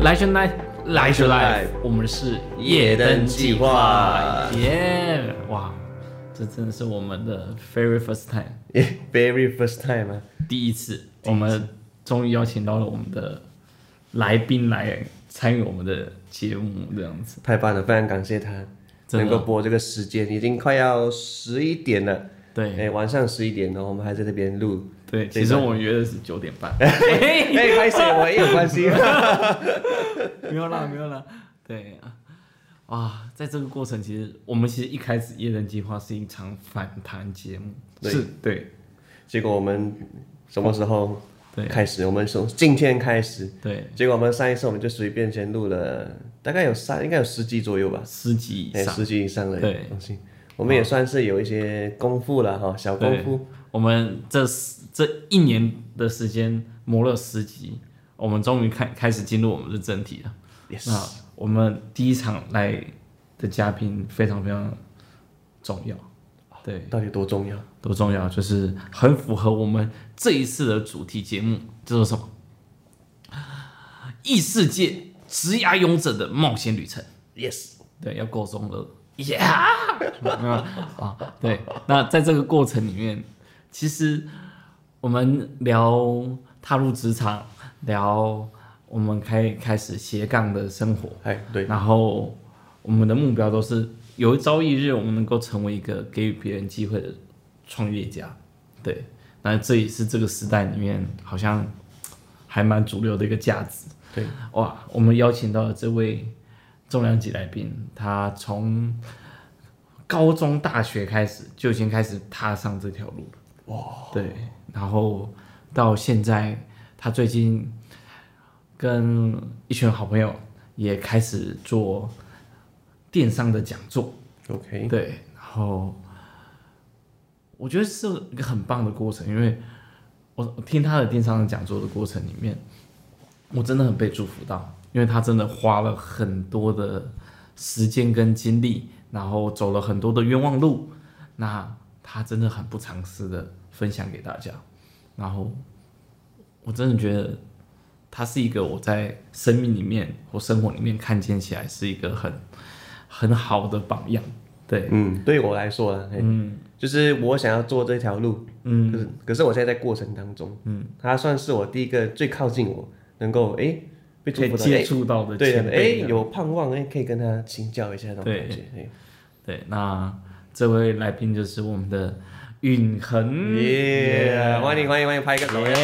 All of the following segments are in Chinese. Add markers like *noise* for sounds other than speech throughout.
来生 night，来生 Life life，我们是夜灯计划耶哇，这真的是我们的 very first time， *laughs* Very first time 啊，第一次，我们终于邀请到了我们的来宾来参与我们的节目，这样子，太棒了，非常感谢他真的能够播这个时间，已经快要十一点了。对哎，晚上十一点了，我们还在那边录。对，这其实段我们约的是九点半，哎，拍摄我也有关 *laughs* 系。没有啦，没有啦。对啊，哇，在这个过程，其实我们其实一开始《夜人计划》是一场反弹节目，对是对结果我们什么时候对开始？我们从今天开始。对，结果我们上一次我们就随便先录了，大概有三，应该有十集左右吧，十集以哎，上。十集以上的对东西。我们也算是有一些功夫了哈，小功夫。我们这十这一年的时间磨了十集，我们终于开开始进入我们的正题了。那我们第一场来的嘉宾非常非常重要，对，到底多重要？多重要，就是很符合我们这一次的主题节目，叫做什么？异世界职涯勇者的冒险旅程。 Yes，对，要够中了，Yeah，啊，对，那在这个过程里面，其实我们聊踏入职场，聊我们开开始斜杠的生活，哎，对，然后我们的目标都是有一朝一日我们能够成为一个给予别人机会的创业家。对，那这也是这个时代里面好像还蛮主流的一个价值。对，哇，我们邀请到了这位重量级来宾，他从高中、大学开始就已经开始踏上这条路了。哇，对，然后到现在，他最近跟一群好朋友也开始做电商的讲座， OK，对，然后我觉得是一个很棒的过程，因为我听他的电商的讲座的过程里面，我真的很被祝福到，因为他真的花了很多的时间跟精力，然后走了很多的冤枉路，那他真的很不藏私的分享给大家，然后我真的觉得。他是一个我在生命里面或生活里面看见起来是一个很很好的榜样，对，嗯，对我来说啦，嗯，就是我想要做这条路，嗯，可是可是我现在在过程当中，嗯，他算是我第一个最靠近我，能够哎被可祝以福的，接哎触到的对前的，辈哎，的有盼望，哎，可以跟他请教一下那种感觉，哎对，那这位来宾就是我们的允恒，耶，欢迎欢迎欢迎，拍一个手，耶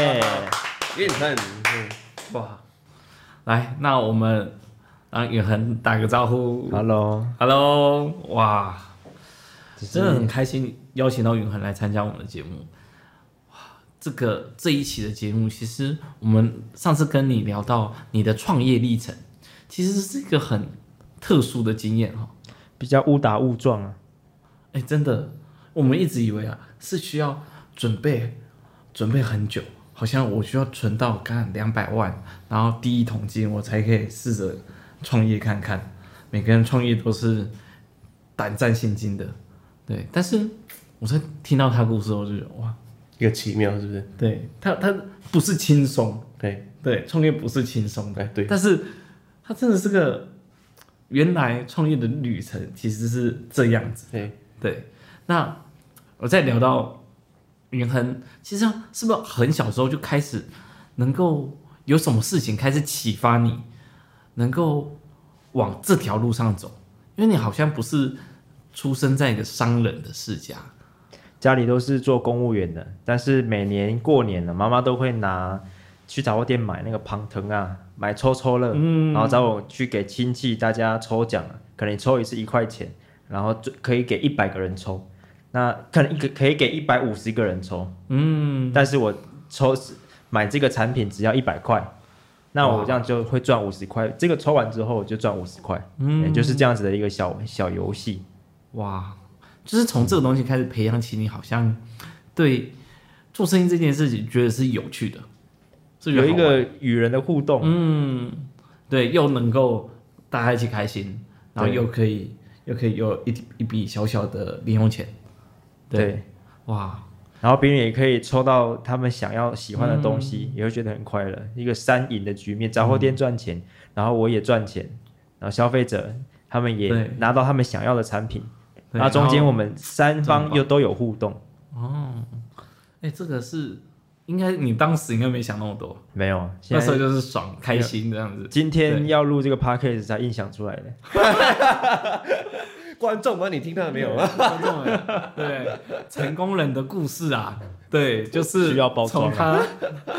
运很，嗯哇！来，那我们让允恒打个招呼 Hello， ，Hello，哇，只是真的很开心邀请到允恒来参加我们的节目。哇，这个这一期的节目，其实我们上次跟你聊到你的创业历程，其实是一个很特殊的经验哈、哦。比较误打误撞啊。哎，真的，我们一直以为啊是需要准备准备很久，好像我需要存到干两百万，然后第一桶金我才可以试着创业看看。每个人创业都是胆战心惊的，对。但是我在听到他故事，我就觉得哇，一个奇妙是不是？对他他不是轻松，对，对，创业不是轻松的，哎对，但是他真的是个原来创业的旅程其实是这样子。对，对，那我再聊到云恒，其实是不是很小时候就开始能够有什么事情开始启发你，能够往这条路上走？因为你好像不是出生在一个商人的世家，家里都是做公务员的，但是每年过年了，妈妈都会拿去杂货店买那个庞腾啊，买抽抽乐，然后找我去给亲戚大家抽奖啊，可能抽一次一块钱，然后就可以给一百个人抽，那可能一个可以给一百五十个人抽，嗯，但是我抽是买这个产品只要一百块。那我这样就会赚五十块，这个抽完之后我就赚五十块，嗯、就是这样子的一个小小游戏。哇，就是从这个东西开始培养起你，好像对做生意这件事情觉得是有趣的，是觉有得一好玩个嗯与人的互动，对，又能够大家一起开心，然后对又可以又可以有一一笔小小的零用钱，对，对，哇，然后别人也可以抽到他们想要喜欢的东嗯西，也会觉得很快乐。一个三赢的局面，杂货店赚钱，然后我也赚钱，然后消费者他们也对拿到他们想要的产品，对然后中间然我们三方又都有互动。哎、这个是应该你当时应该没想那么多，没有，现那时在候就是爽开心这样子。今天要录这个 podcast 才印想出来的。观众们，你听到了没有？观众们，对成功人的故事啊，对，就是需要包装从啊他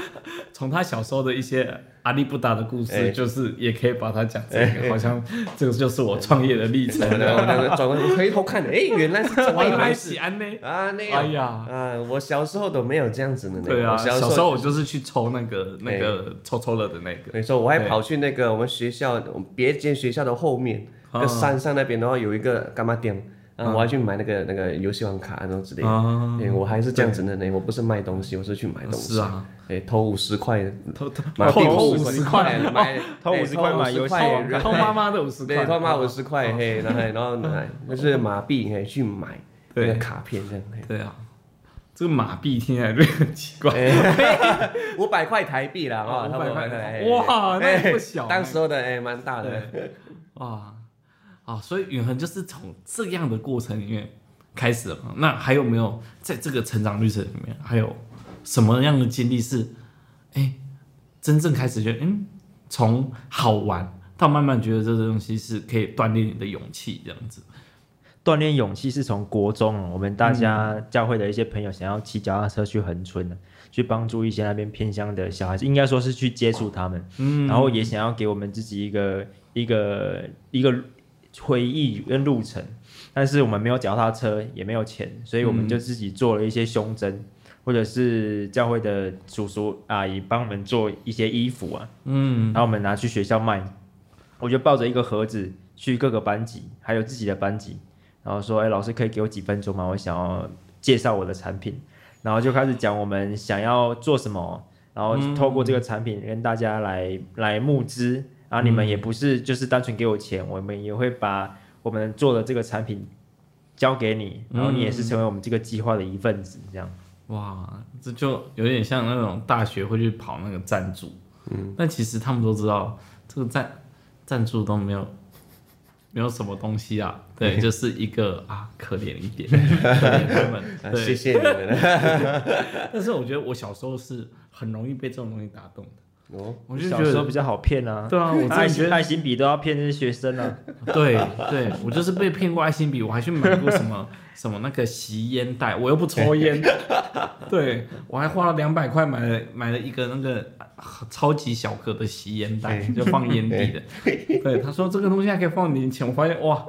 从他小时候的一些阿里不达的故事，哎就是也可以把它讲这哎个，好像这个就是我创业的历 *laughs* 程。 *laughs* 我那我那个转过回头看，哎，原来是这么一原来回事喜安呢？啊！那哎样呀，啊，我小时候都没有这样子的呢。对啊，我小时时候我就是去抽那个那个抽抽乐的那个，没错，我还对跑去那个我们学校，我们别间学校的后面，啊在山上那边，然后有一个干妈店，然后我还去买那个那个游戏王卡那种之类的。啊，对，我还是这样子的呢，我不是卖东西，我是去买东西。是，啊，哎，偷五十块，偷偷买偷电偷脑五十块，哦买偷哎50块买游戏王然偷后妈妈的五十对，块，哦他妈五十块，嘿，然后然后 *laughs* 拿就是马币，嘿，去买那对个卡片这样， *laughs* 嘿对啊，这个马币听起来就很奇怪。 *laughs* 哎五百块台币啦，哦啊，差不多500块哎哇那也不哎小当时候的哎，蛮大的，对，哇啊，所以永恒就是从这样的过程里面开始了嘛。那还有没有在这个成长历程里面，还有什么样的经历是，哎、真正开始觉得，嗯，从好玩到慢慢觉得这个东西是可以锻炼你的勇气，这样子。锻炼勇气是从国中，哦我们大家嗯教会的一些朋友想要骑脚踏车去横村的，去帮助一些那边偏乡的小孩子，应该说是去接触他们，嗯，然后也想要给我们自己一个一个一个回忆跟路程。但是我们没有脚踏车，也没有钱，所以我们就自己做了一些胸针，或者是教会的叔叔阿姨帮我们做一些衣服啊，嗯，然后我们拿去学校卖。我就抱着一个盒子去各个班级，还有自己的班级，然后说：“哎，老师可以给我几分钟吗？我想要介绍我的产品。”然后就开始讲我们想要做什么，然后透过嗯这个产品跟大家来、来募资。然后你们也不是就是单纯给我钱，我们也会把我们做的这个产品交给你，然后你也是成为我们这个计划的一份子，这样。哇，这就有点像那种大学会去跑那个赞助，嗯，但其实他们都知道这个赞赞助都没有没有什么东西啊， *laughs* 对，就是一个啊可怜一点，可怜他们，啊谢对。谢你们 *laughs* 了。但是我觉得我小时候是很容易被这种东西打动的，哦，我就觉小时候得比较好骗啊，对啊，我真爱的觉心得爱心笔都要骗这些学生 *laughs* 啊。对对，我就是被骗过爱心笔，我还去买过什么什么那个吸烟袋，我又不抽烟，对我还花了两百块买了买了一个那个啊超级小个的吸烟袋，就放烟蒂的。对，他说这个东西还可以放零钱，我发现哇，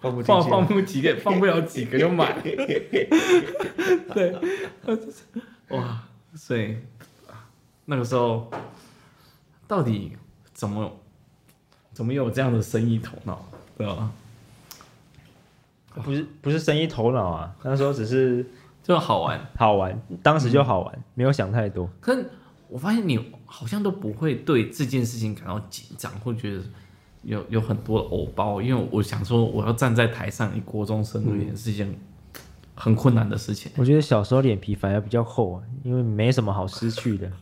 放不进放去放不几个，放不了几个就买。对，哇，所以那个时候到底怎么怎么有这样的生意头脑，对吧？不是不是生意头脑啊，那时候只是就好玩。好玩，当时就好玩，没有想太多。可是我发现你好像都不会对这件事情感到紧张，会觉得有有很多的偶包。因为我想说，我要站在台上，以国中生而言是一件很困难的事情。我觉得小时候脸皮反而比较厚啊，因为没什么好失去的。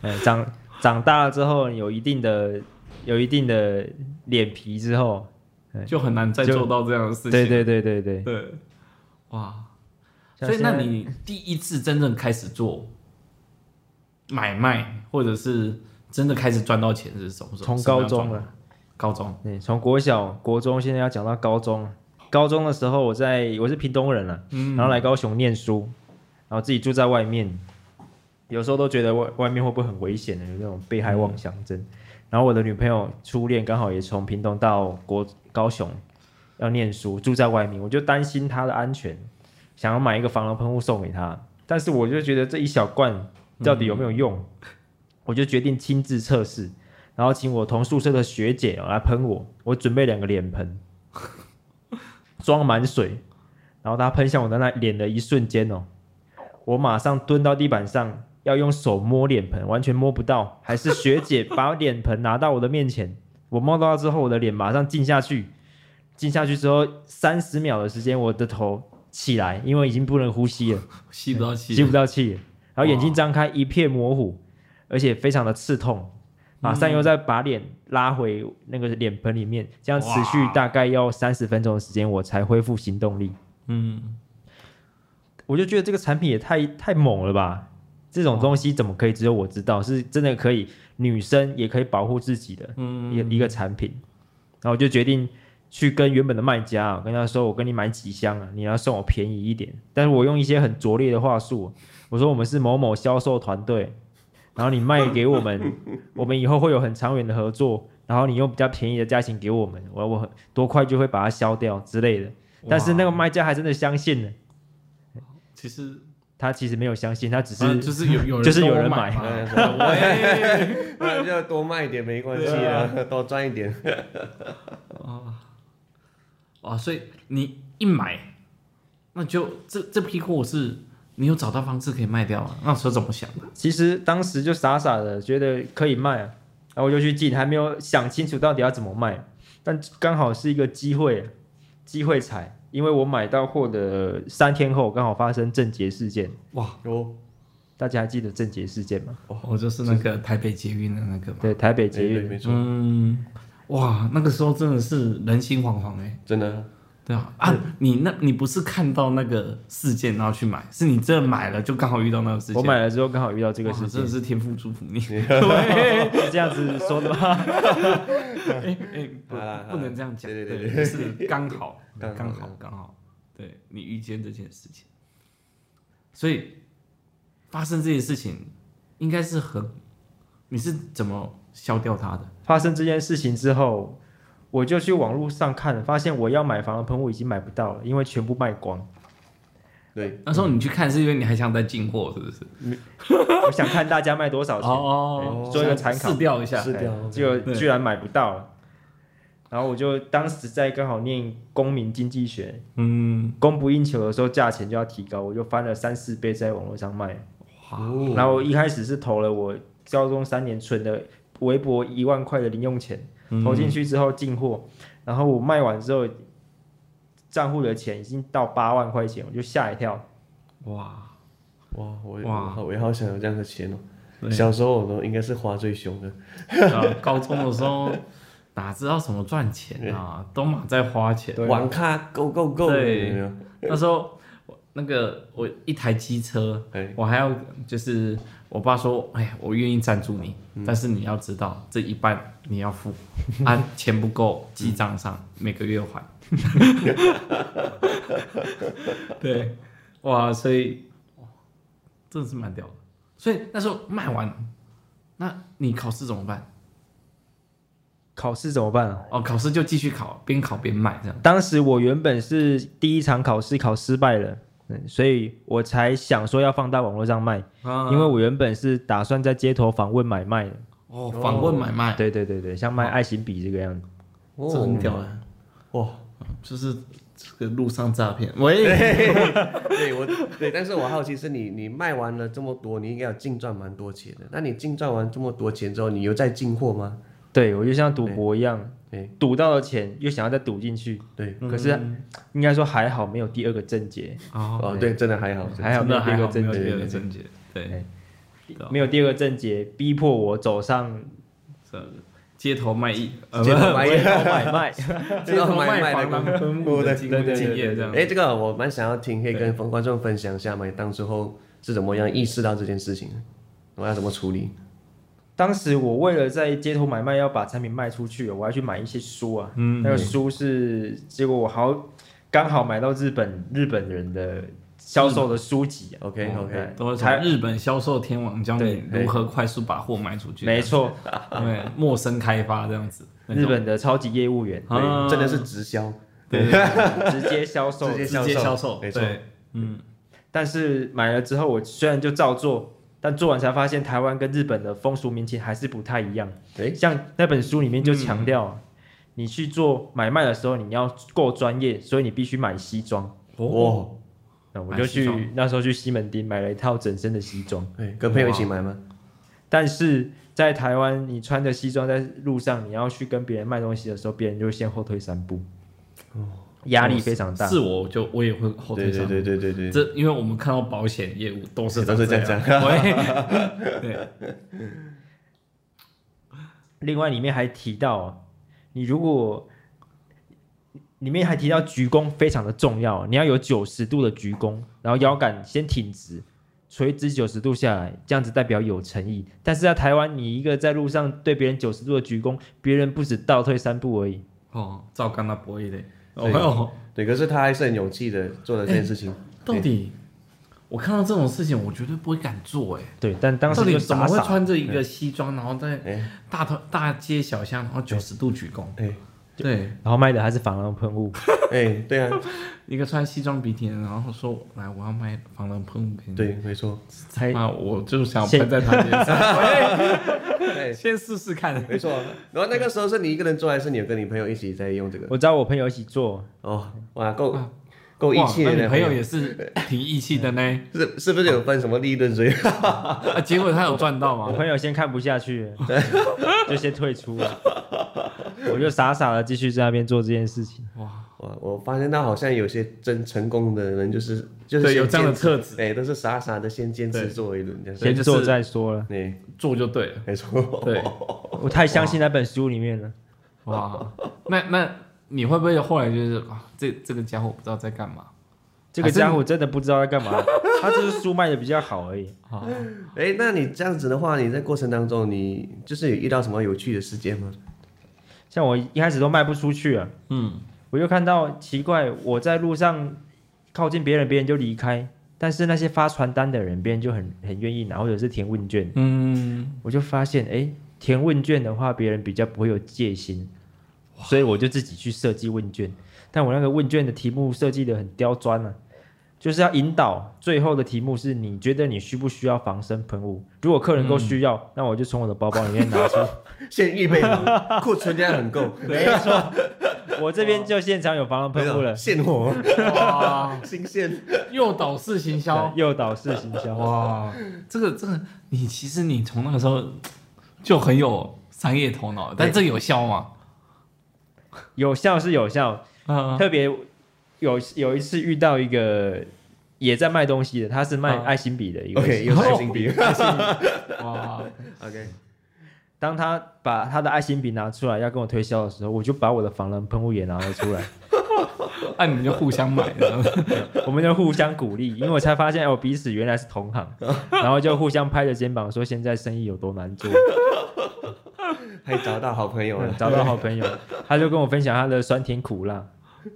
嗯，长长大了之后有一定的有一定的脸皮之后，就很难再就做到这样的事情。对对对对对，对，哇！像所以，那现在你第一次真正开始做买卖，或者是真的开始赚到钱是什么时候？从什么高样的中啊状了况，。高中对，从国小、国中，现在要讲到高中。高中的时候，我在我是屏东人了、啊然后来高雄念书，然后自己住在外面，有时候都觉得外外面会不会很危险呢？有那种被害妄想症。然后我的女朋友初恋刚好也从屏东到国高雄要念书，住在外面，我就担心她的安全，想要买一个防狼喷雾送给她，但是我就觉得这一小罐到底有没有用，我就决定亲自测试。然后请我同宿舍的学姐、哦、来喷我，我准备两个脸盆， *laughs* 装满水，然后她喷向我的那脸的一瞬间哦，我马上蹲到地板上，要用手摸脸盆，完全摸不到，还是学姐把脸盆拿到我的面前， *laughs* 我摸到之后，我的脸马上浸下去，浸下去之后三十秒的时间，我的头起来，因为已经不能呼吸了，吸不到气，吸不到气，然后眼睛张开一片模糊，而且非常的刺痛，马上又再把脸拉回那个脸盆里面，这样持续大概要三十分钟的时间，我才恢复行动力。嗯，我就觉得这个产品也太太猛了吧！这种东西怎么可以只有我知道？是真的可以，女生也可以保护自己的嗯一个一个产品。然后我就决定去跟原本的卖家啊、我跟他说我跟你买几箱啊，你要送我便宜一点。但是我用一些很拙劣的话术，啊我说我们是某某销售团队，然后你卖给我们，我们以后会有很长远的合作，然后你用比较便宜的价钱给我们，我我很多快就会把它销掉之类的。但是那个哇卖家还真的相信了。其实他其实没有相信，他只反正是啊就是有有人就是有人跟我买买哎哎嘛， *laughs* 喂， *laughs* 不然就多卖一点没关系对啊，多赚一点。哇，所以你一买，那就这这批货是你有找到方式可以卖掉啊？那时候怎么想的？其实当时就傻傻的觉得可以卖啊，然后我就去进，还没有想清楚到底要怎么卖，啊但刚好是一个机会，啊机会财，因为我买到货的三天后刚好发生郑捷事件，哇，哦，大家还记得郑捷事件吗？我就是那个台北捷运的那个嘛。对，台北对捷哎对，运，没错，嗯，哇，那个时候真的是人心惶惶哎、真的对啊，啊，你那，你不是看到那个事件然后去买，是你真的买了就刚好遇到那个事件。我买了之后刚好遇到这个哇事真件哦的，是天父祝福你。对，是这样子说的吗？ *laughs* 哎哎，不好啦不能这样讲，对对对对是刚好刚好刚好刚好，对你遇见这件事情，所以发生这件事情应该是很，你是怎么消掉它的？发生这件事情之后，我就去网络上看，发现我要买房的喷雾已经买不到了，因为全部卖光。对，那时候你去看是因为你还想再进货，是不是？我想看大家卖多少钱，哦对做一个参考试掉一 *laughs* 下。是掉哎结果居然买不到了。然后我就当时在刚好念公民经济学，嗯，供不应求的时候价钱就要提高，我就翻了三四倍在网络上卖。哦然后我一开始是投了我高中三年存的微薄一万块的零用钱，嗯投进去之后进货，然后我卖完之后，账户的钱已经到八万块钱，我就吓一跳。哇，哇，我哇哇，我也好想有这样的钱哦。对小时候我都应该是花最凶的，啊高中的时候哪知道怎么赚钱啊，都满在花钱。对玩咖 go go go，对有没有？那时候我那个我一台机车，哎，我还要就是我爸说，哎，我愿意赞助你，但是你要知道这一半你要付，啊，钱不够记账上每个月还。对，哇，所以哇真的是蛮屌的。所以那时候卖完，那你考试怎么办？考试怎么办啊？哦，考试就继续考，边考边卖这样。当时我原本是第一场考试考失败了，嗯，所以我才想说要放到网络上卖，啊因为我原本是打算在街头访问买卖的。哦，访问买卖，对对对对，像卖爱心笔这个样子。这很屌哎。哦哇，就是这个路上诈骗。喂，对我对，但是我好奇是你，你卖完了这么多，你应该有净赚蛮多钱的。那你净赚完这么多钱之后，你有再进货吗？对，我就像赌博一样对，赌到了钱又想要再赌进去，对，可是应该说还好没有第二个症结，哦，哦，对，真的还好，还好真没的还有第二好个没有症第结二个症结，对，对没有第二个症结逼迫我走上这街头卖艺，呃，街头卖艺街头买卖。不街头卖房当分母的经经验这样。哎，这个我蛮想要听，可以跟观众分享一下吗？你当时候是怎么样意识到这件事情的？我要怎么处理？当时我为了在街头买卖要把产品卖出去，我还去买一些书啊。那个书是结果我好刚好买到日本日本人的销售的书籍、啊。 OK，嗯 OK 对都是从台日本销售天王教你如何快速把货卖出去，没错，对，陌生开发这样子，日本的超级业务员对啊真的是直销，对 *laughs* 直接销售直。接 *laughs* 直接销售，没错对，嗯但是买了之后，我虽然就照做，但做完才发现台湾跟日本的风俗民情还是不太一样。哎，像那本书里面就强调啊、你去做买卖的时候，你要够专业，所以你必须买西装。哦，哇，那我买就西装去那时候去西门町买了一套整身的西装，哎，跟朋友一起买吗？但是在台湾，你穿着西装在路上，你要去跟别人卖东西的时候，别人就会先后退三步。压力非常大。哦是我就我也会后对退对上。对对对对，这因为我们看到保险业务都是都是这样长样，对对，另外里面还提到，哦你如果里面还提到鞠躬非常的重要，哦你要有九十度的鞠躬，然后腰杆先挺直，垂直九十度下来，这样子代表有诚意。但是在台湾，你一个在路上对别人九十度的鞠躬，别人不止倒退三步而已。哦，照干那不会的。对哦，对，可是他还是很有气的做了这件事情。到底我看到这种事情，我绝对不会敢做哎。对，但当时到底就怎傻么会傻，穿着一个西装，然后在哎大头大街小巷，然后九十度鞠躬？哎对，然后卖的还是防狼喷雾。 *laughs* 哎，对啊，一个穿西装笔挺的，然后说来我要卖防狼喷雾给你。，对，没错，才那我就想喷在他脸上，对， *laughs* 先试试 *laughs* 看。没错。然后那个时候是你一个人做，还是你有跟你朋友一起在用这个？我找我朋友一起做，哦，哇，够哇够义啊哇，气那的哎你呢，朋友也是挺义气的呢，是是不是有分什么利润所以？啊，结果他有赚到我吗？朋友先看不下去， *laughs* 就先退出了。我就傻傻的继续在那边做这件事情。 *laughs* 哇，我发现他好像有些真成功的人，就是 *laughs* 就是对，先有这样的坚特质，持，哎，都是傻傻的先坚持对做一轮这样子。先就是做再说了。对，做就对 *laughs* 了。没错，对，我太相信那本书里面了。哇，那那你会不会后来就是啊，这这个家伙不知道在干 *laughs* 嘛？这个家伙真的不知道在干嘛，他就是书卖的比较好而已。啊，哎，那你这样子的话，你在过程当中，你就是有遇到什么有趣的事件吗？像我一开始都卖不出去啊，嗯，我就看到奇怪，我在路上靠近别人，别人就离开，但是那些发传单的人，别人就很很愿意拿，或者是填问卷。嗯，我就发现，哎，填问卷的话，别人比较不会有戒心，所以我就自己去设计问卷。但我那个问卷的题目设计的很刁钻啊，就是要引导最后的题目是你觉得你需不需要防身喷雾？如果客人嗯够需要，那我就从我的包包里面 *laughs* 拿出，先预备好，库存量很够，没错，我这边就现场有防狼喷雾了，现货，哇，哦新鲜。诱导式行销对，诱导式行销。哇，这个这个，你其实你从那个时候就很有商业头脑，但这有效吗？有效是有效，嗯，特别有有一次遇到一个也在卖东西的，他是卖啊爱心笔的一个。 OK，又是新哦兵。哇， OK，当他把他的爱心笔拿出来要跟我推销的时候，我就把我的防狼喷雾也拿了出来， *laughs* 那、你们就互相买的，我们就互相鼓励，因为我才发现哎我彼此原来是同 *laughs* 行，然后就互相拍着肩膀说现在生意有 *laughs* 多难做，还找到好朋友嗯了。找到好朋友，他就跟我分享他的酸甜苦辣，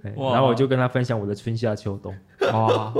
哎哇然后我就跟他分享我的春夏秋冬，哇，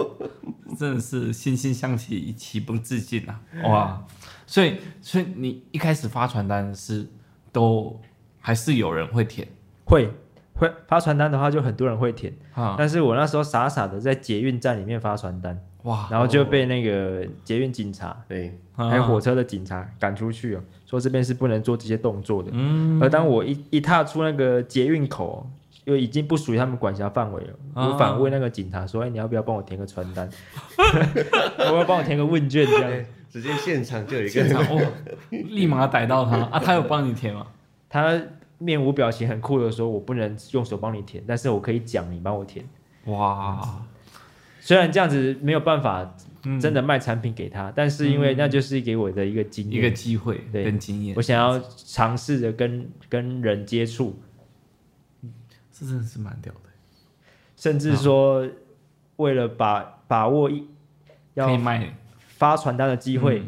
真的是惺惺相惜，其不自禁啊！哇，所以所以你一开始发传单是都还是有人会填会会发传单的话就很多人会填，啊、但是我那时候傻傻的在捷运站里面发传单，哇，然后就被那个捷运警察 *laughs* 对，哦啊还有火车的警察赶出去哦，说这边是不能做这些动作的。嗯，而当我一一踏出那个捷运口，又已经不属于他们管辖范围了。啊我反问那个警察说：“哎，你要不要帮我填个传单？ *laughs* 我要帮我填个问卷这样。直接现场就有一哎现个场哦，立马逮到他啊！他有帮你填吗？”他面无表情，很酷的说：“我不能用手帮你填，但是我可以讲，你帮我填。哇，”虽然这样子没有办法嗯真的卖产品给他，但是因为那就是给我的一个经一个验，机会对跟经验我，想要尝试着跟跟人接触，这真的是蛮屌的。甚至说为了把把握一可以要卖发传单的机会，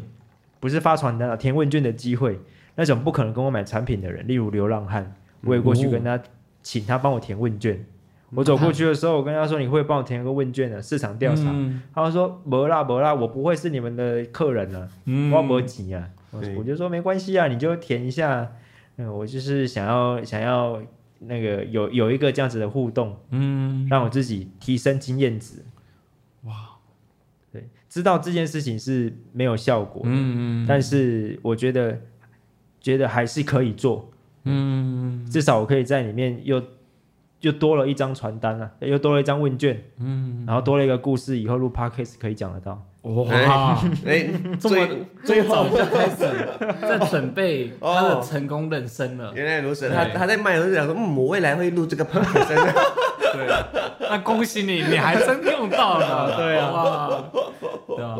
不是发传单了，填问卷的机会，那种不可能跟我买产品的人，例如流浪汉，嗯我也过去跟他、请他帮我填问卷。我走过去的时候，我跟他说：“你会帮我填个问卷的市场调查。嗯他就说：“没啦没啦，我不会是你们的客人啊，嗯我没急啊。”对我就说：“没关系啊，你就填一下。”嗯，我就是想要想要那个有有一个这样子的互动。嗯，让我自己提升经验值。哇，对，知道这件事情是没有效果，嗯但是我觉得觉得还是可以做，嗯至少我可以在里面又又多了一张传单啊，又多了一张问卷，嗯，然后多了一个故事，以后录 podcast 可以讲得到。哇，哎，这么最最早就开始在准备他的成功人生了。 *laughs* 原来如此。对 *laughs* 他他在卖，我就想说，嗯，我未来会录这个 podcast，对，那恭喜你，你还真用到了，对啊啊，对啊，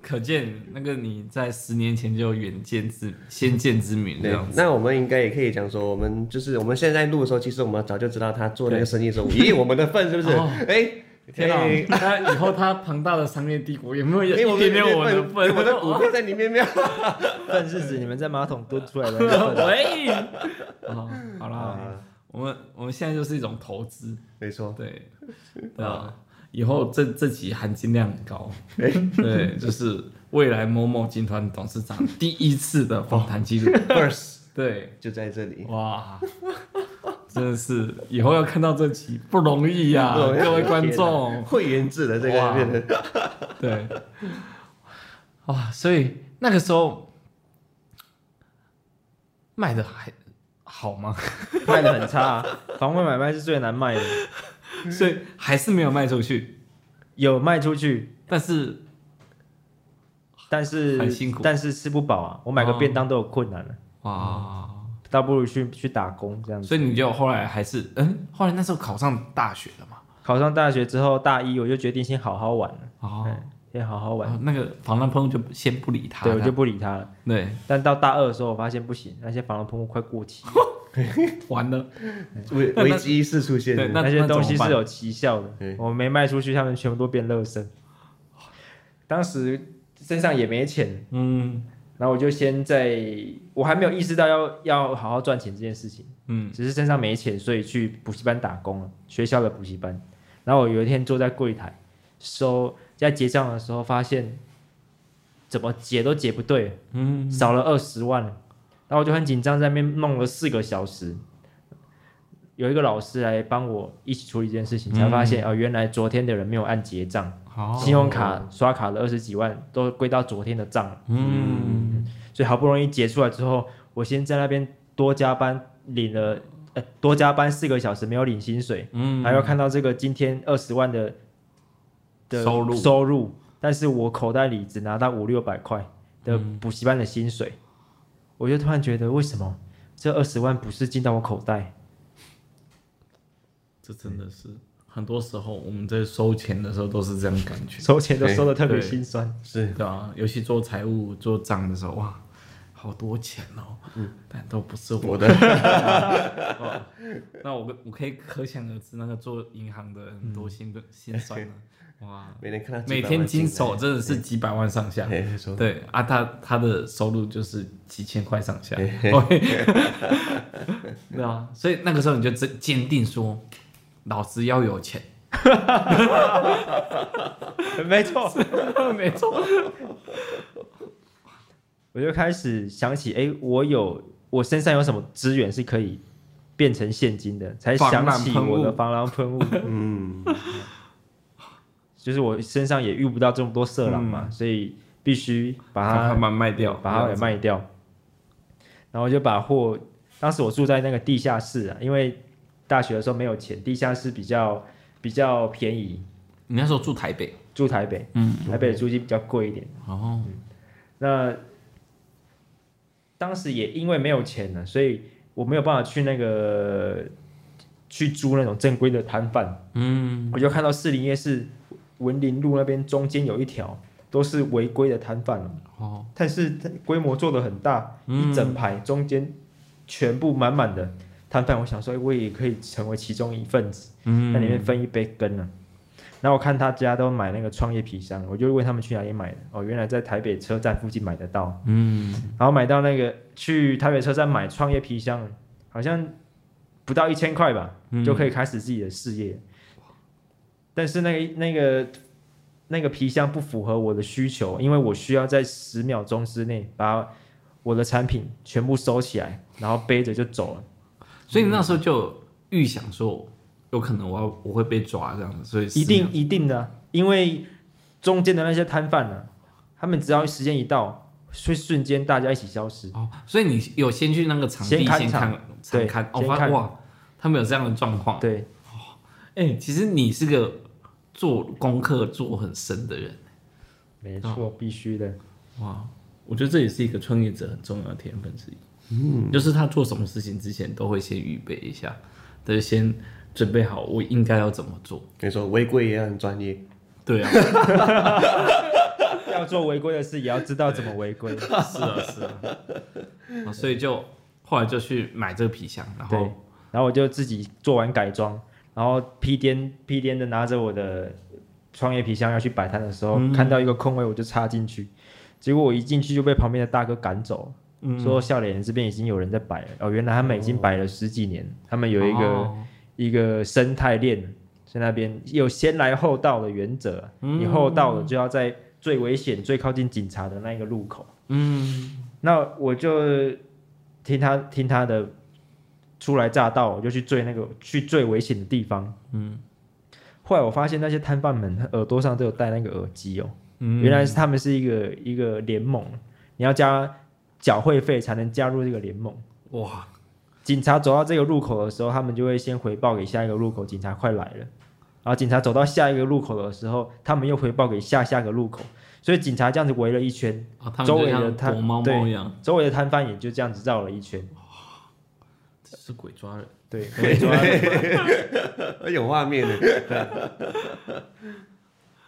可见那个你在十年前就有远见之先见之明这对样，子，那我们应该也可以讲说，我们就是我们现在录的时候，其实我们早就知道他做那个生意的时候，也有我们的份，是不是？哦哎、天啊哎，那以后他庞大的商业帝国有没有一哎我们点点有我份的份？我的股票在里面没有？粪是指你们在马桶蹲出来 *laughs* 的那个 *laughs* 粪。喂，啊，好啦，我们我们现在就是一种投资，没错， *laughs* 对，对啊，以后这这集含金量很高，哎对，就是未来某某集团董事长第一次的访谈记 *laughs* 录， ，first 对，就在这里。哇，真的是以后要看到这集不容易呀、不容易各位观天众哪，会员制的这个哇变成对，哇，所以那个时候卖的还好吗？ *laughs* 卖的很差、啊房屋买卖是最难卖的，所以还是没有卖出去，有卖出去，但是但是很辛苦但是吃不饱啊，我买个哦便当都有困难了、哇，倒不如去去打工这样子。所以你就后来还是嗯，后来那时候考上大学了嘛？考上大学之后，大一我就决定先好好玩了，哦，嗯先好好玩，那个防弹喷雾就先不理他，对我这就样不理他了。对但到大二的时候，我发现不行，那些防狼喷雾快过期，完了，危危机意识出现。对那那些东西那怎么办是有奇效的对，我没卖出去，他们全部都变垃圾。当时身上也没钱，嗯然后我就先在，我还没有意识到要要好好赚钱这件事情，嗯，只是身上没钱，所以去补习班打工了，学校的补习班。然后我有一天坐在柜台收在结账的时候，发现怎么结都结不对，嗯，少了二十万，然后我就很紧张，在那边弄了四个小时。有一个老师来帮我一起处理这件事情，才发现、哦，原来昨天的人没有按结账，好，哦信用卡刷卡了二十几万都归到昨天的账了。嗯，所以好不容易结出来之后，我先在那边多加班领了，呃，多加班四个小时没有领薪水，嗯，还要看到这个今天二十万的的收入收入，但是我口袋里只拿到五六百块的嗯补习班的薪水，我就突然觉得为什么这二十万不是进到我口袋？这真的是很多时候我们在收钱的时候都是这样感觉，收钱都收的特别哎对心酸， *laughs* 是对啊，尤其做财务做账的时候，哇，好多钱哦，嗯但都不是我我的。的， *laughs* 哦那我我可以可想而知，那个做银行的很嗯多心的心酸啊，*laughs* 哇，每天看他每天经经手真的是几百万上下。哎，没错，对啊，他他的收入就是几千块上 *laughs* 下，对啊，所以那个时候你就坚坚定说，老子要有钱， *laughs* 没错，没错，我就开始想起，哎、我有我身上有什么资源是可以变成现金的，才防想狼起喷雾我的防狼喷雾。 *laughs* 嗯，就是我身上也遇不到这么多色狼嘛，所以必须把它嗯把它卖掉，把它给卖掉。然后我就把货，当时我住在那个地下室啊，因为大学的时候没有钱，地下室比较比较便宜，你那时候住台北，住台北，嗯，台北的租金比较贵一点。哦，那当时也因为没有钱了，所以我没有办法去那个去租那种正规的摊贩。嗯，我就看到士林夜市文林路那边中间有一条都是违规的摊贩哦，嗯哦，但是它规模做的很大，一整排中间全部满满的摊贩。我想说，哎我也可以成为其中一份子，嗯，在里面分一杯羹呢、然后我看大家都买那个创业皮箱，我就问他们去哪里买的。哦，原来在台北车站附近买得到。嗯，然后买到那个去台北车站买创业皮箱，好像不到一千块吧，就可以开始自己的事业。但是那个那个那个皮箱不符合我的需求，因为我需要在十秒钟之内把我的产品全部收起来，然后背着就走了。所以你那时候就预想说，有可能我要我会被抓这样子，所以是啊一定一定的，啊因为中间的那些摊贩呢，他们只要时间一到，会瞬间大家一起消失。哦，所以你有先去那个场地先看先场看对场看，哦，先发看哇，他们有这样的状况。对，哎、其实你是个做功课做很深的人，没错，必须的。哇，我觉得这也是一个创业者很重要的天分之一。嗯，就是他做什么事情之前都会先预备一下，就是先准备好我应该要怎么做。跟你说，违规也很 *laughs* 专业，对啊， *laughs* 要做违规的事，也要知道怎么违规。是啊，是啊，啊所以就后来就去买这个皮箱，然对后，然后我就自己做完改装，然后屁颠屁颠的拿着我的创业皮箱要去摆摊的时候，看到一个空位我就插进去，结果我一进去就被旁边的大哥赶走，说笑脸这边已经有人在摆了，哦，原来他们已经摆了十几年，他们有一个、哦一个生态链，在那边有先来后到的原则，你后到了就要在最危险、最靠近警察的那一个路口。嗯，那我就听他听他的初来乍到，我就去最那个去最危险的地方。嗯，后来我发现那些摊贩们耳朵上都有戴那个耳机哦，嗯原来是他们是一个一个联盟，你要加缴会费才能加入这个联盟。哇，警察走到这个路口的时候，他们就会先回报给下一个路口，警察快来了。然后警察走到下一个路口的时候，他们又回报给下下个路口，所以警察这样子围了一圈，啊，他们周就围的像摊躲猫猫对一样，周围的摊贩也就这样子绕了一圈。这是鬼抓人。对，所以说有画面的。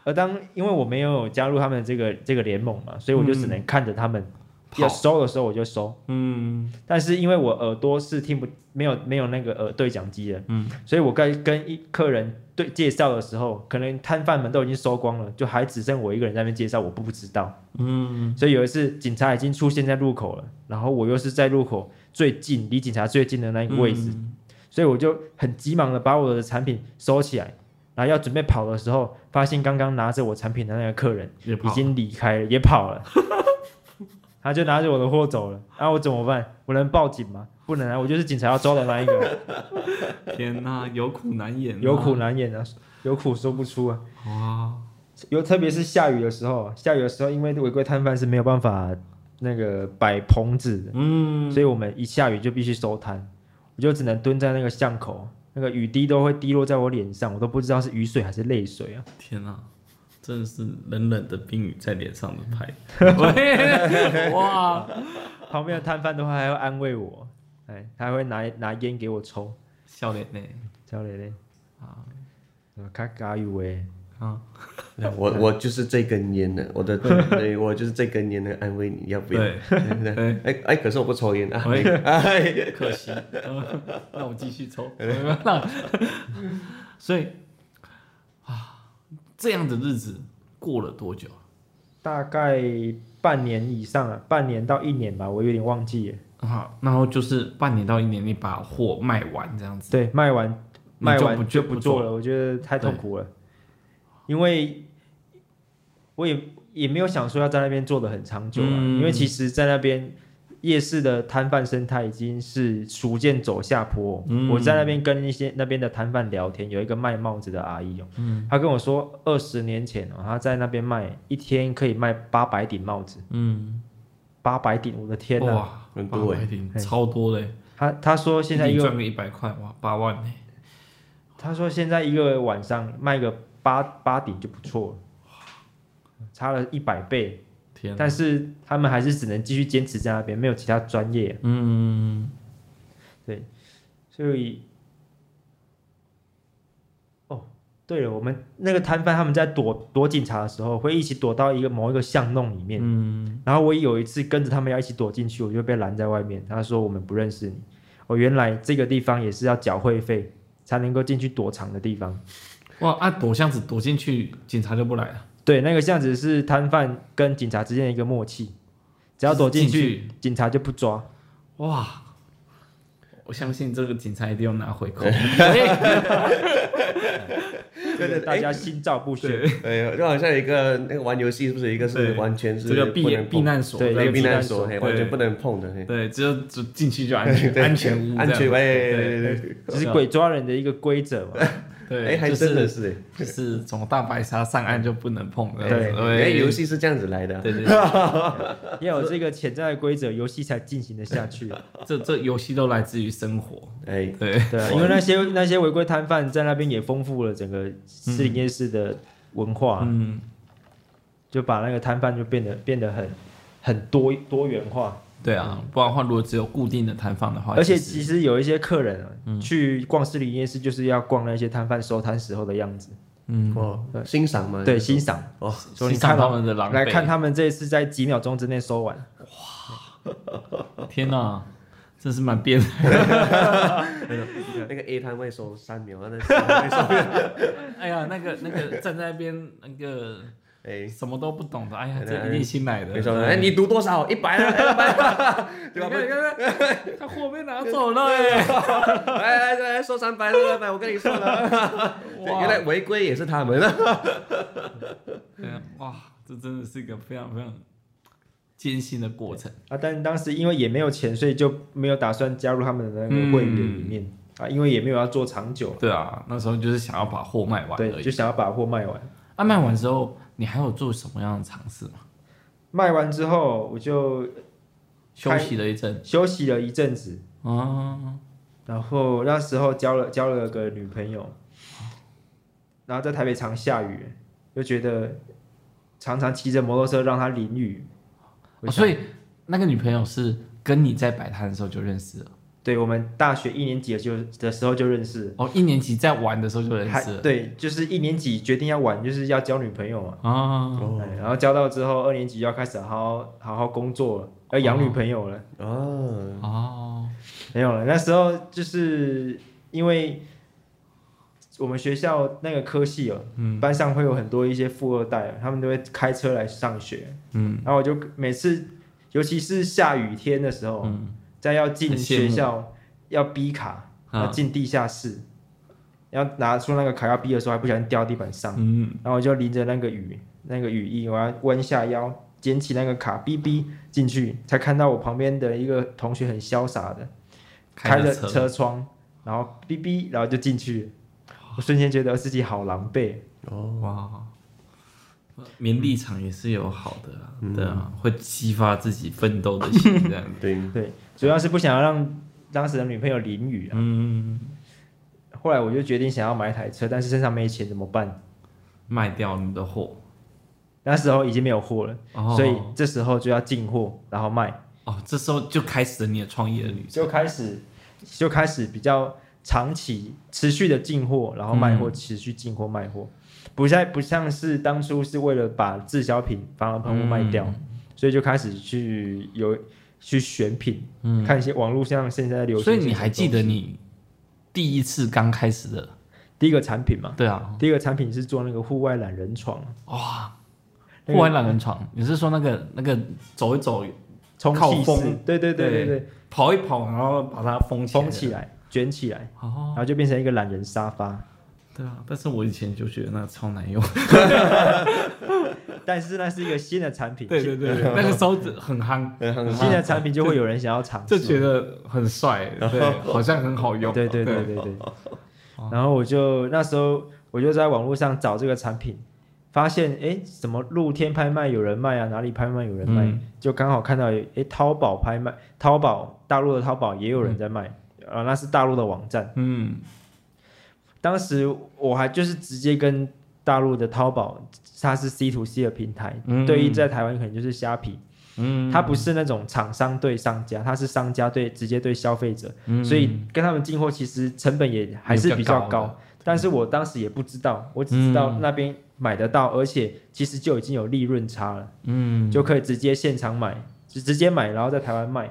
而当因为我没有加入他们这个这个联盟嘛，所以我就只能看着他们、跑要收的时候我就收。嗯，但是因为我耳朵是听不没有没有那个耳对讲机的，嗯，所以我跟跟一客人对介绍的时候，可能摊贩们都已经收光了，就还只剩我一个人在那边介绍，我不知道，嗯，所以有一次警察已经出现在路口了，然后我又是在路口最近离警察最近的那个位嗯置，所以我就很急忙的把我的产品收起来，然后要准备跑的时候，发现刚刚拿着我产品的那个客人。也已跑经离开了，也跑了， *laughs* 他就拿着我的货走了。那、我怎么办？我能报警吗？不能啊，我就是警察要抓的那一个，天哪、有苦难言、有苦难言啊，有苦说不出啊。哇，尤特别是下雨的时候，下雨的时候，因为违规摊贩是没有办法那个摆棚子的，嗯，所以我们一下雨就必须收摊，我就只能蹲在那个巷口，那个雨滴都会滴落在我脸上，我都不知道是雨水还是泪水啊。天哪、真的是冷冷的冰雨在脸上的拍， *laughs* 哇，旁边的摊贩的话还会安慰我，哎，他还会拿拿烟给我抽。笑脸呢？教练嘞啊，卡加油喂，啊， *laughs* 我我就是这根烟的，我的 *laughs* 对我就是这根烟的，安慰你要不要？对，对对哎哎，可是我不抽烟啊！喂哎，可惜， *laughs* 呃那我继续抽， *laughs* 那所以啊，啊这样的日子过了多久？大概半年以上啊，半年到一年吧，我有点忘记了。啊，然后就是半年到一年，你把货卖完这样子，对，卖完你卖就完不就就不不做做了，我觉得太痛苦了，因为我也也没有想说要在那边做的很长久啊，嗯因为其实，在那边。夜市的摊贩生态已经是逐渐走下坡。嗯我在那边跟一些那边的摊贩聊天，有一个卖帽子的阿姨哦，嗯她跟我说，二十年前哦，她在那边卖一天可以卖八百顶帽子，嗯，八百顶，我的天呐！哇，很多哎八百顶超多嘞，他他说欸现在一一顶个，赚个一百块，哇，八万呢，他说现在一个晚上卖个八八顶就不错了，差了一百倍，天啊哪，但是他们还是只能继续坚持在那边，没有其他专业，嗯，所以，哦，对了，我们那个摊贩他们在躲躲警察的时候，会一起躲到一个某一个巷弄里面，嗯，然后我有一次跟着他们要一起躲进去，我就被拦在外面，他说我们不认识你，哦，原来这个地方也是要缴会费才能够进去躲藏的地方。哇，啊，躲巷子躲进去，警察就不来了，对，那个巷子是摊贩跟警察之间的一个默契，只要躲进就是去，警察就不抓。哇。我相信这个警察一定要拿回扣，这个大家心照不宣。哎呦，就好像一个那个玩游戏，是不是一个是对完全是这个不避能碰避难所，对这对个避避难难所所，嘿对完全不能碰的，嘿对，只有只进去就安全，安全屋这样，安全哎，对对对对只是鬼抓人的一个规则嘛，对，哎，还就真的是是就是从大白鲨上岸就不能碰的，对哎，哎，游戏，戏是这样子来的啊，对对对，要有这个潜在的规则，游戏才进行的下去。啊 *laughs* 这这游戏都来自于生活，哎，对，对啊，因为那些那些违规摊贩在那边也丰富了整个士林夜市的文化，啊嗯，就把那个摊贩就变得变得很很多多元化。对啊，不然的话，如果只有固定的摊贩的话，而且其其实有一些客人啊、去逛市里夜市，就是要逛那些摊贩收摊时候的样子，嗯哦对，欣赏嘛，对，欣赏。哦，说实你欣赏看到他们的狼狈来看他们这一次在几秒钟之内收完，天哪、真是蛮变态。那个 A 摊位收三秒， *laughs* 那个 C 摊位收，哎呀，那个那个站在那边那个哎，什么都不懂的，哎呀，对这一定新来的。没错，哎，你读多少？一百啊，两百啊，你 *laughs* 对吧看？你看，他货被拿走了哎。来来来，收三百，收三百，我跟你说了，对哇原来违规也是他们啊的，对啊，哇，这真的是一个非常非常艰辛的过程。啊，但当时因为也没有钱，所以就没有打算加入他们的那个会员里面、嗯啊，因为也没有要做长久，对啊，那时候就是想要把货卖完而对，已。就想要把货卖完。啊，卖完之后，你还有做什么样的尝试吗？卖完之后，我就休息了一阵休息了一阵子，啊，然后那时候交了交了个女朋友，然后在台北常下雨，就觉得常常骑着摩托车让她淋雨，我哦想所以那个女朋友是跟你在摆摊的时候就认识了，对我们大学一年级的就的时候就认识，哦，一年级在玩的时候就认还识了对，就是一年级决定要玩，就是要交女朋友嘛。啊，哦哎然后交到之后，二年级要开始好好好好工作了，要养女朋友了，哦，哦，没有了。那时候就是因为我们学校那个科系哦，嗯班上会有很多一些富二代哦，他们都会开车来上学，嗯，然后我就每次，尤其是下雨天的时候，在要嗯进很羡慕学校要逼卡，要啊，进地下室，要拿出那个卡要逼的时候，还不小心掉地板上。嗯，然后我就淋着那个雨，那个雨衣，我要弯下腰捡起那个卡，哔哔进去，才看到我旁边的一个同学很潇洒的开着着，车窗，然后哔哔，然后就进去了。我瞬间觉得自己好狼狈，哇，名利场也是有好的啊，对啊，会激发自己奋斗的心， *laughs* 这样子，对，对，主要是不想要让当时的女朋友淋雨啊。嗯，后来我就决定想要买一台车，但是身上没钱怎么办？卖掉你的货，那时候已经没有货了，哦所以这时候就要进货，然后卖。哦，这时候就开始了你的创业的旅程，就开始就开始比较长期持续的进货，然后嗯卖货，持续进货卖货，不像不像是当初是为了把滞销品防狼喷雾卖掉，嗯所以就开始去有去选品，看一些网络上现在流嗯行，所以你还记得你第一次刚开始的，第一个产品吗？对啊，第一个产品是做那个户外懒人床，哇。那个户外懒人床，你是说那个那个走一走，充靠气式风，对对对对对，跑一跑，然后把它封起来封起来卷起来，哦，然后就变成一个懒人沙发。对啊，但是我以前就觉得那个超难用。但是那是一个新的产 *laughs* 品，对对对， *laughs* 那个时候很夯，新的产品就会有人想要尝试，就觉得很帅， *laughs* 对，好像很好用。对对对对对。然后我就那时候我就在网络上找这个产品，发现哎，什么露天拍卖有人卖啊，哪里拍卖有人卖，就刚好看到哎，淘宝拍卖，淘宝大陆的淘宝也有人在卖，啊，那是大陆的网站。嗯，当时我还就是直接跟大陆的淘宝，它是 C to C 的平台，嗯对应在台湾可能就是虾皮，嗯，它不是那种厂商对商家，它是商家对直接对消费者，所以跟他们进货其实成本也还是比较嗯比较高高。但是我当时也不知道，我只知道那边买得到，而且其实就已经有利润差了，嗯，就可以直接现场买，就直接买，然后在台湾卖，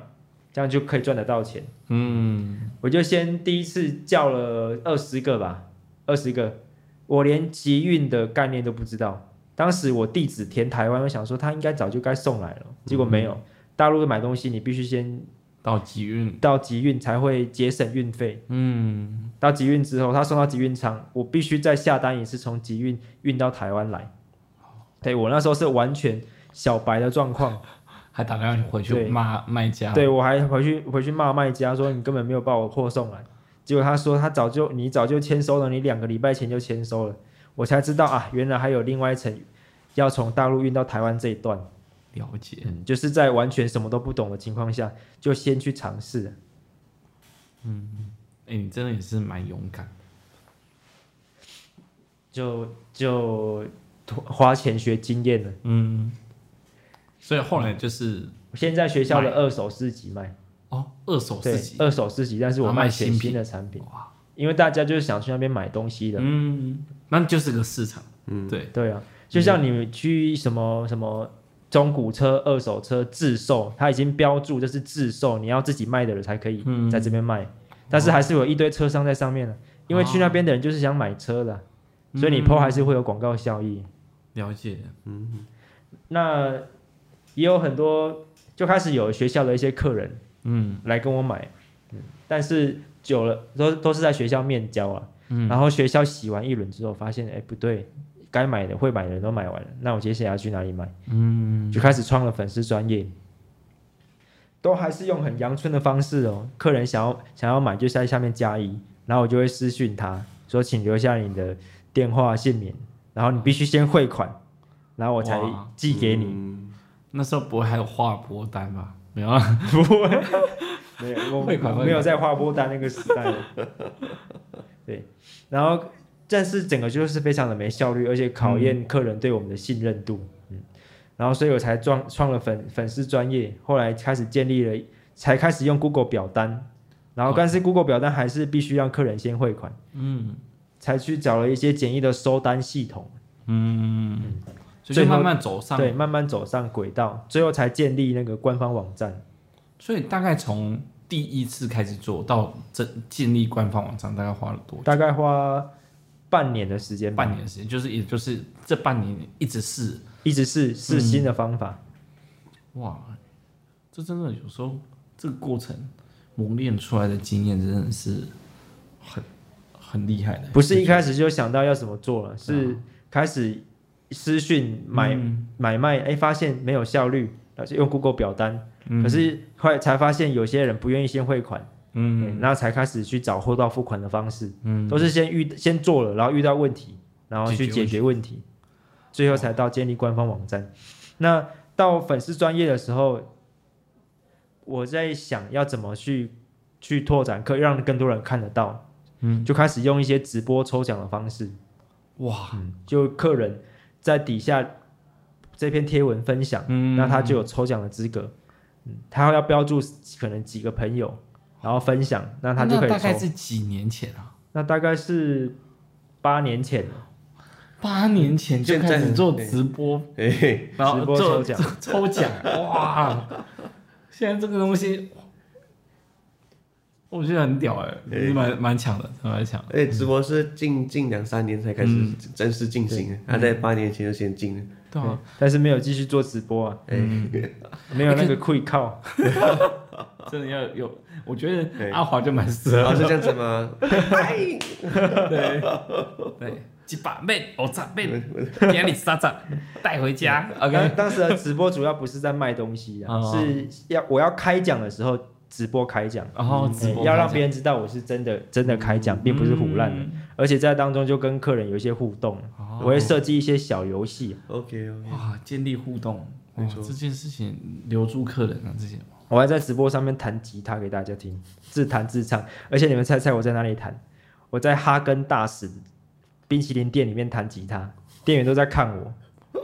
这样就可以赚得到钱。嗯，我就先第一次叫了二十个吧，二十个，我连集运的概念都不知道。当时我地址填台湾，我想说他应该早就该送来了，结果没有。大陆买东西，你必须先到集运，到集运才会节省运费。嗯，到集运之后，他送到集运仓，我必须再下单一次，从集运运到台湾来。对我那时候是完全小白的状况，还打电话回去对骂卖家。对我还回去回去骂卖家说你根本没有把我货送来，结果他说他早就你早就签收了，你两个礼拜前就签收了，我才知道啊，原来还有另外一层要从大陆运到台湾这一段，了解。嗯，就是在完全什么都不懂的情况下，就先去尝试。哎，你真的也是蛮勇敢。就就花钱学经验了。嗯，所以后来就是现在学校的二手市集卖，哦，二手对市集，，二手市集，但是我啊卖卖全新新品的产品，哇，因为大家就是想去那边买东西的，嗯，那就是个市场，嗯，对，对啊，就像你去什么什么中古车、二手车自售，它已经标注这是自售，你要自己卖的人才可以嗯在这边卖，但是还是有一堆车商在上面的，啊因为去那边的人就是想买车的，所以你 PO 还是会有广告效益。了解，那也有很多就开始有学校的一些客人，嗯，来跟我买，嗯但是久了都都是在学校面交啊，然后学校洗完一轮之后，发现哎不对，该买的会买的人都买完了，那我接下来要去哪里买？嗯，就开始创了粉丝专业。都还是用很阳春的方式哦，客人想要想要买就在下面加一，然后我就会私讯他说，请留下你的电话姓名，然后你必须先汇款，然后我才哇寄给你。嗯那时候不会还有划拨单吧？没有啊，没有，我汇款汇款没有在划拨单那个时 *laughs* 代了。对，然后但是整个就是非常的没效率，而且考验客人对我们的信任度。嗯，然后所以我才创创了粉粉丝专业，后来开始建立了，才开始用 Google 表单，然后哦但是 Google 表单还是必须让客人先汇款。嗯，才去找了一些简易的收单系统，所以 *laughs* 最就后慢慢走上，对，慢慢走上轨道，最后才建立那个官方网站。所以大概从第一次开始做到真建立官方网站，大概花了多久？大概花半年的时间吧，半年的时间，就是也就是这半年一直试，一直是试新的方法。哇，这真的有时候这个过程磨练出来的经验真的是很很厉害的，不是一开始就想到要怎么做了，是开始私讯买、买卖，哎，发现没有效率，然后就用 Google 表单，可是后来才发现有些人不愿意先汇款，嗯，然后才开始去找货到付款的方式，嗯，都是先遇先做了，然后遇到问题，然后去解解决问题，最后才到建立官方网站。那到粉丝专业的时候，我在想要怎么去去拓展可以让更多人看得到。就开始用一些直播抽奖的方式，哇，就客人在底下这篇贴文分享，嗯那他就有抽奖的资格。嗯，他要标注可能几个朋友，然后分享，那他就可以大概抽。是几年前啊？那大概是八年前了，八年前就开始做直播，嘿嘿，然后直播抽做奖做 *laughs* 抽奖，哇！现在这个东西，我觉得很屌哎、对蛮蛮强的，蛮强的。而哎且直播是近近两三年才开始正式进行的，他在八年前就先进了，对啊，但是没有继续做直播啊， *laughs* 哎，没有那个 quick call。真的要有，我觉对得阿华就蛮适然后合哦是这啊样子 *laughs* 吗？哎对，几把妹，我炸妹，给你杀炸，带回家。当 OK，当时的直播主要不是在卖东西啊，哦是要我要开奖的时候直播开奖，嗯然后直播要让开嗯别人知道我是真的真的开奖，并不是胡乱的。而且在当中就跟客人有一些互动，哦我会设计一些小游戏。 OK OK，嗯哇，建立互动，哇没错这件事情留住客人啊，这些我还在直播上面弹吉他给大家听，自弹自唱。而且你们猜猜我在哪里弹？我在哈根达斯冰淇淋店里面弹吉他，店员都在看我，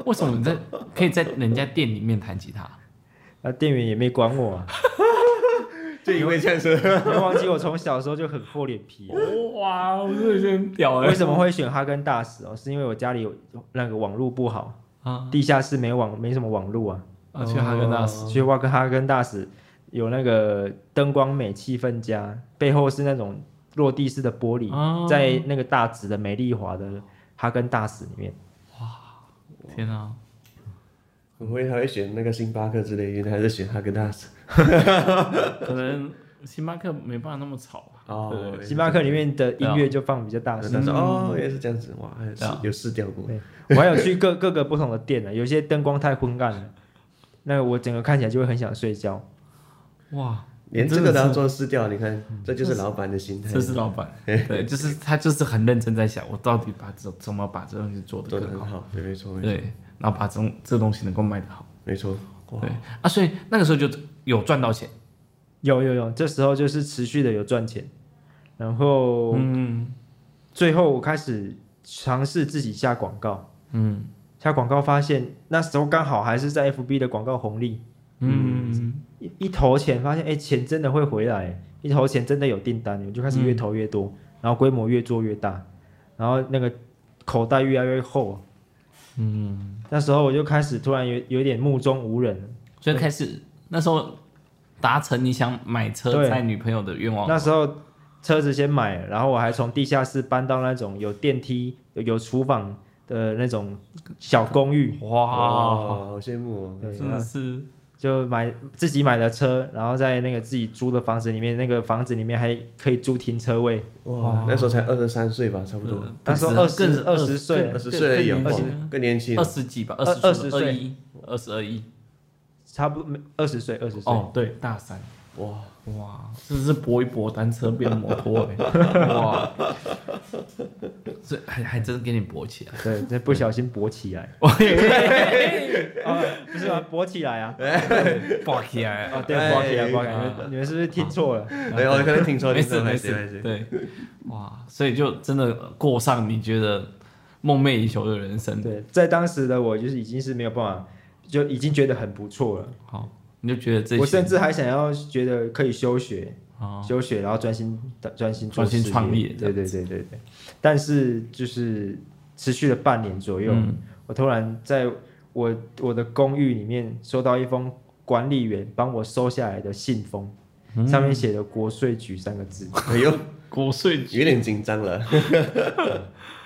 为什么你在可以在人家店里面弹吉他？那店员也没管我啊。 *laughs* 就因为这样子，别忘记我从小时候就很厚脸皮 *laughs* 啊、哇，我真的觉得很屌哎、为什么会选哈根达斯哦？是因为我家里有那个网络不好，啊？地下室没网没什么网络啊。啊，去哈根达斯，去挖个哈根达斯，有那个灯光美，气氛佳，背后是那种落地式的玻璃，哦在那个大直的美丽华的哈根达斯里面，天啊！我会还会选那个星巴克之类，原来还是选哈根达斯。可能星巴克没办法那么吵吧。哦，星巴克里面的音乐就放比较大哈根声。达斯，哦，也是这样子，哇，还有试对啊有试掉过，对，我还有去各 *laughs* 各个不同的店呢，有些灯光太昏暗了，那我整个看起来就会很想睡觉。哇，连这个都要做试掉，你看，这就是老板的心态这，是老板，对，就是他就是很认真在想，我到底把这怎么把这东西做得做的更很好，好，对，没错，没错对，然后把这种这东西能够卖得好，没错，对啊，所以那个时候就有赚到钱，有有有，这时候就是持续的有赚钱，然后嗯，最后我开始尝试自己下广告，嗯，下广告发现那时候刚好还是在 FB 的广告红利，嗯，一一投钱发现哎、钱真的会回来，一投钱真的有订单，你们就开始越投越多，然后规模越做越大，然后那个口袋越来越厚，嗯，那时候我就开始突然有有点目中无人，所以开始那时候达成你想买车对载女朋友的愿望，那时候车子先买了，然后我还从地下室搬到那种有电梯、有有厨房的那种小公寓，哇，好羡慕哦！对真的是就买自己买的车，然后在那个自己租的房子里面，那个房子里面还可以租停车位。哇，那时候才二十三岁吧，差不多嗯那时候更二十更二十岁二更十岁而已更年轻哦，更年轻二。十几吧，二二十20二岁一，二十二一，差不多二十岁，二十岁。哦，对，大三，哇，啊哇，真的是搏一搏，单车变摩 *laughs* 托、欸，哇，这还还真给你搏起来，对，这不小心勃起 *laughs* 来。哦 *laughs* 啊，不是吗？勃起来啊！搏起来啊，啊！对，哎勃起来，勃起来。你啊们你们是不是听错了？哎，我可能听错，没听错事没事，，对，哇，所以就真的过上你觉得梦寐以求的人生，对，在当时的我就是已经是没有办法，就已经觉得很不错了。好，你就觉得这我些甚至还想要觉得可以休学，啊，休学然后专心专心做专心事业创业这对对对对对。但是就是持续了半年左右，嗯我突然在我我的公寓里面收到一封管理员帮我收下来的信封，嗯上面写着“国税局”三个字，哎呦，国税局有点紧张 *laughs* 了。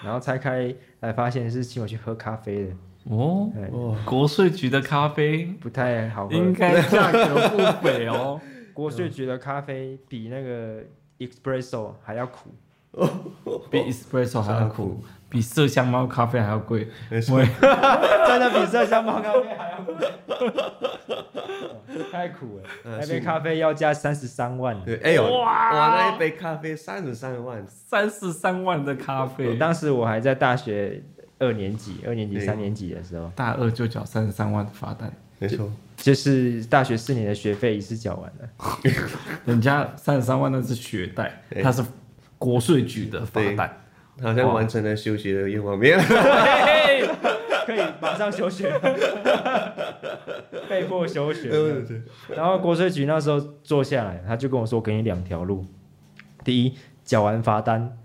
然后拆开来发现是请我去喝咖啡的，哦，对，国税局的咖啡不太好喝应。该价格不菲 *laughs* 哦，国税局的咖啡比那个 espresso 还要苦，比 espresso 还要苦苦，比麝香猫咖啡还要贵。没我也真的比麝香猫咖啡还要苦，哦太苦了！呃那杯是咖啡要加三十三万，对，哎呦，哇哇，那一杯咖啡三十三万，三十三万的咖我啡，当时我还在大学二年级、二年级、对三年级的时候，大二就缴三十三万的罚单，没错，就是大学四年的学费一次缴完了，人家三十三万那是学贷，对他是国税局的罚单。好像完成了休学的愿望，没有？可以马上休 *laughs* 学，被迫休学。然后国税局那时候坐下来，他就跟我说：“给你两条路，第一，缴完罚单，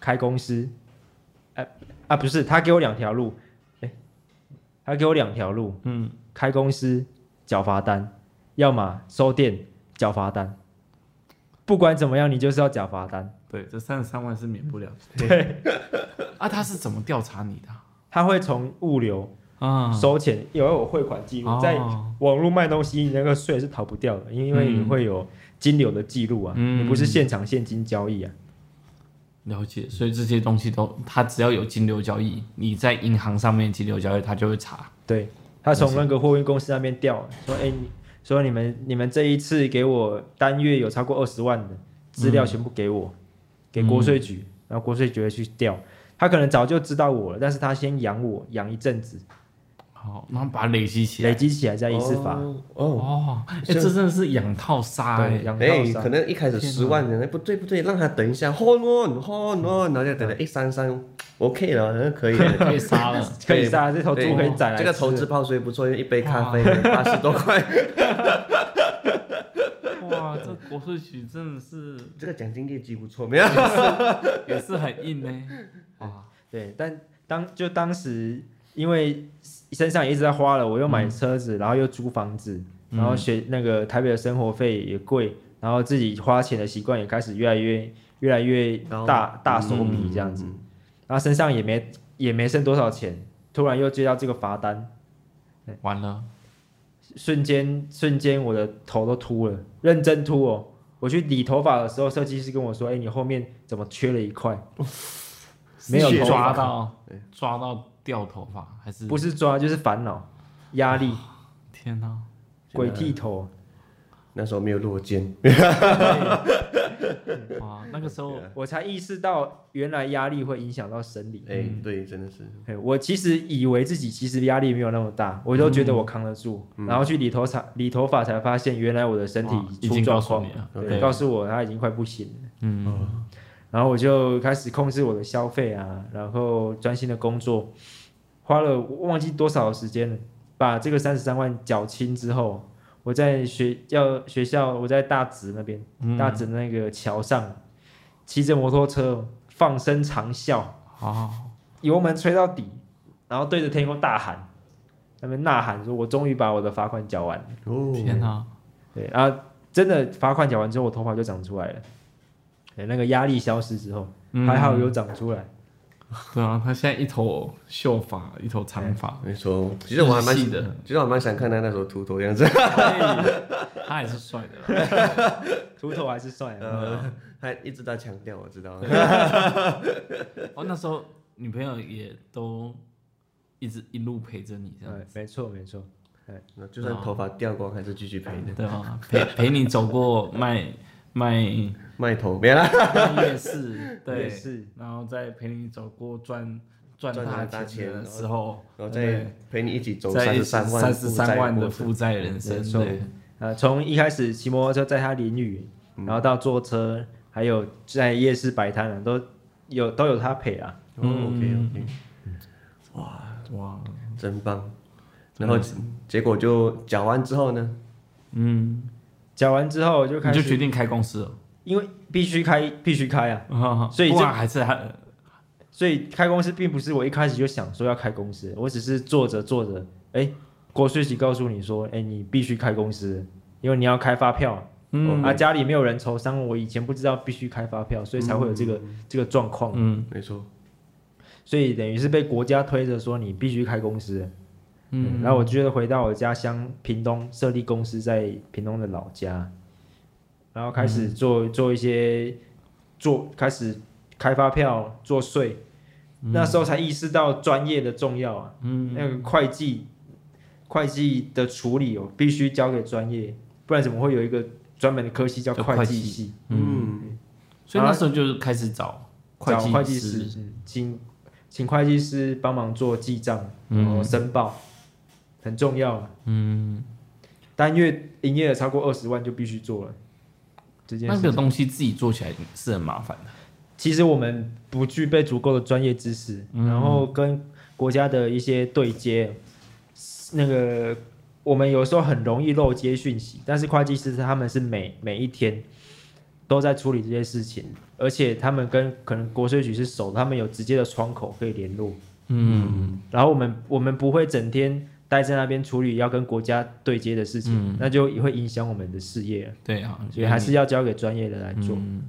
开公司。哎啊，不是，他给我两条路，哎，他给我两条路，嗯，开公司缴罚单，要么收店缴罚单。不管怎么样，你就是要缴罚单。对，这三十三万是免不了。嗯对， *laughs* 啊，他是怎么调查你的啊他会从物流啊？收钱，因为有汇款记录，哦在网络卖东西，你那个税是逃不掉的，因为你嗯会有金流的记录啊，嗯你不是现场现金交易啊。了解，所以这些东西都，他只要有金流交易，你在银行上面金流交易，他就会查。对他从那个货运公司那边调，说哎、你说你们你们这一次给我单月有超过二十万的资料，全部给我，给国税局，嗯然后国税局会去调。他可能早就知道我了，但是他先养我养一阵子，好，然后把它累积起来。累积起来再一次罚。哦 *laughs* 哦，哦，哎、这真的是养套杀哎、对，养到哎，伤可能一开始天哪十万人，哎，不对不对，让他等一下，hold on，hold 嗯 on，然后就等了一三三，OK 了，好像可以了。哎被杀了。可以杀这头对猪可以宰来这个吃投资泡水不错，因为一杯咖 *laughs* 啡八十多块， *laughs* 哇，这国税局真的是这个奖金业绩不错，没有？也是很硬呢、哇，对，但当就当时因为身上也一直在花了，我又买车子，然后又租房子，然后学那个台北的生活费也贵，然后自己花钱的习惯也开始越来越越来越高嗯大大手笔这样子，嗯然后身上也没也没剩多少钱，突然又接到这个罚单，完了，瞬间瞬间我的头都秃了，认真秃哦。我去理头发的时候，设计师跟我说：“哎、你后面怎么缺了一块？没有是头抓发到抓到掉头发还是？不是抓就是烦恼、压力、天哪、鬼剃头。”那时候没有落肩，哇，那个时候我才意识到原来压力会影响到生理。哎，嗯对，真的是，嘿我其实以为自己其实压力没有那么大，我都觉得我扛得住，然后去理头发，理头发才发现原来我的身体哇已出经告状诉况你了，对，告诉我他已经快不行了。嗯，然后我就开始控制我的消费啊，然后专心的工作，花了我忘记多少时间了，把这个三十三万缴清之后，我在学要学校，我在大直那边，大直那个桥上，骑着摩托车放声长啸，好，油门吹到底，然后对着天空大喊，那边呐喊说：“我终于把我的罚款缴完了。哦，天哪，”对，然后真的罚款缴完之后，我头发就长出来了，对，那个压力消失之后，嗯还好有长出来。对啊，他现在一头秀发，一头长 *laughs* 发，没错，其实我还蛮日系的，其实我还蛮想看他那时候秃头的样子，哎他还是帅 *laughs* 的啦，秃头还是帅啊，嗯呃，他一直在强调，我知道，哦，那时候女朋友也都一直一路陪着你这样对，没错没错，那就算头发掉光还是继续陪的，对吧？陪陪你走过 *laughs* 卖卖卖头别啦，卖 *laughs* 夜市，对，也是然后再陪你走过赚赚赚大大钱钱的时候，然后对再陪你一起走在三十三万三十三万的负负债人生没，错对，呃，从一开始骑摩托车载他淋雨，嗯然后到坐车，还有在夜市摆摊啊，都有都有他陪啊。债哦，OK OK，哇，真棒。然后结果就缴完之后呢，嗯，讲完之后就你开就始，决定开公司了因为必须开必须开啊，啊，所以不这然还是还所以开公司并不是我一开始就想说要开公司，我只是做着做着，哎，国税局告诉你说，哎，你必须开公司，因为你要开发票。嗯啊，家里没有人筹商，我以前不知道必须开发票，所以才会有这个、这个状况。嗯。没错，所以等于是被国家推着说你必须开公司。嗯，然后我觉得回到我家乡屏东设立公司，在屏东的老家，然后开始做、做一些做开始开发票做税，那时候才意识到专业的重要啊。嗯，那个会计会计的处理哦，必须交给专业，不然怎么会有一个专门的科系叫叫会会计计系？嗯，所以那时候就是开始找啊找会计师，师，嗯请请会计师帮忙做记账，然后申报，很重要。嗯，单月营业额超过二十万就必须做了这件那事个情。东西自己做起来是很麻烦的。其实我们不具备足够的专业知识，然后跟国家的一些对接，那个我们有时候很容易漏接讯息，但是会计师他们是每每一天都在处理这些事情，而且他们跟可能国税局是熟的，他们有直接的窗口可以联络。嗯，然后我们我们不会整天待在那边处理要跟国家对接的事情，那就也会影响我们的事业了，对啊，所以还是要交给专业的来做。嗯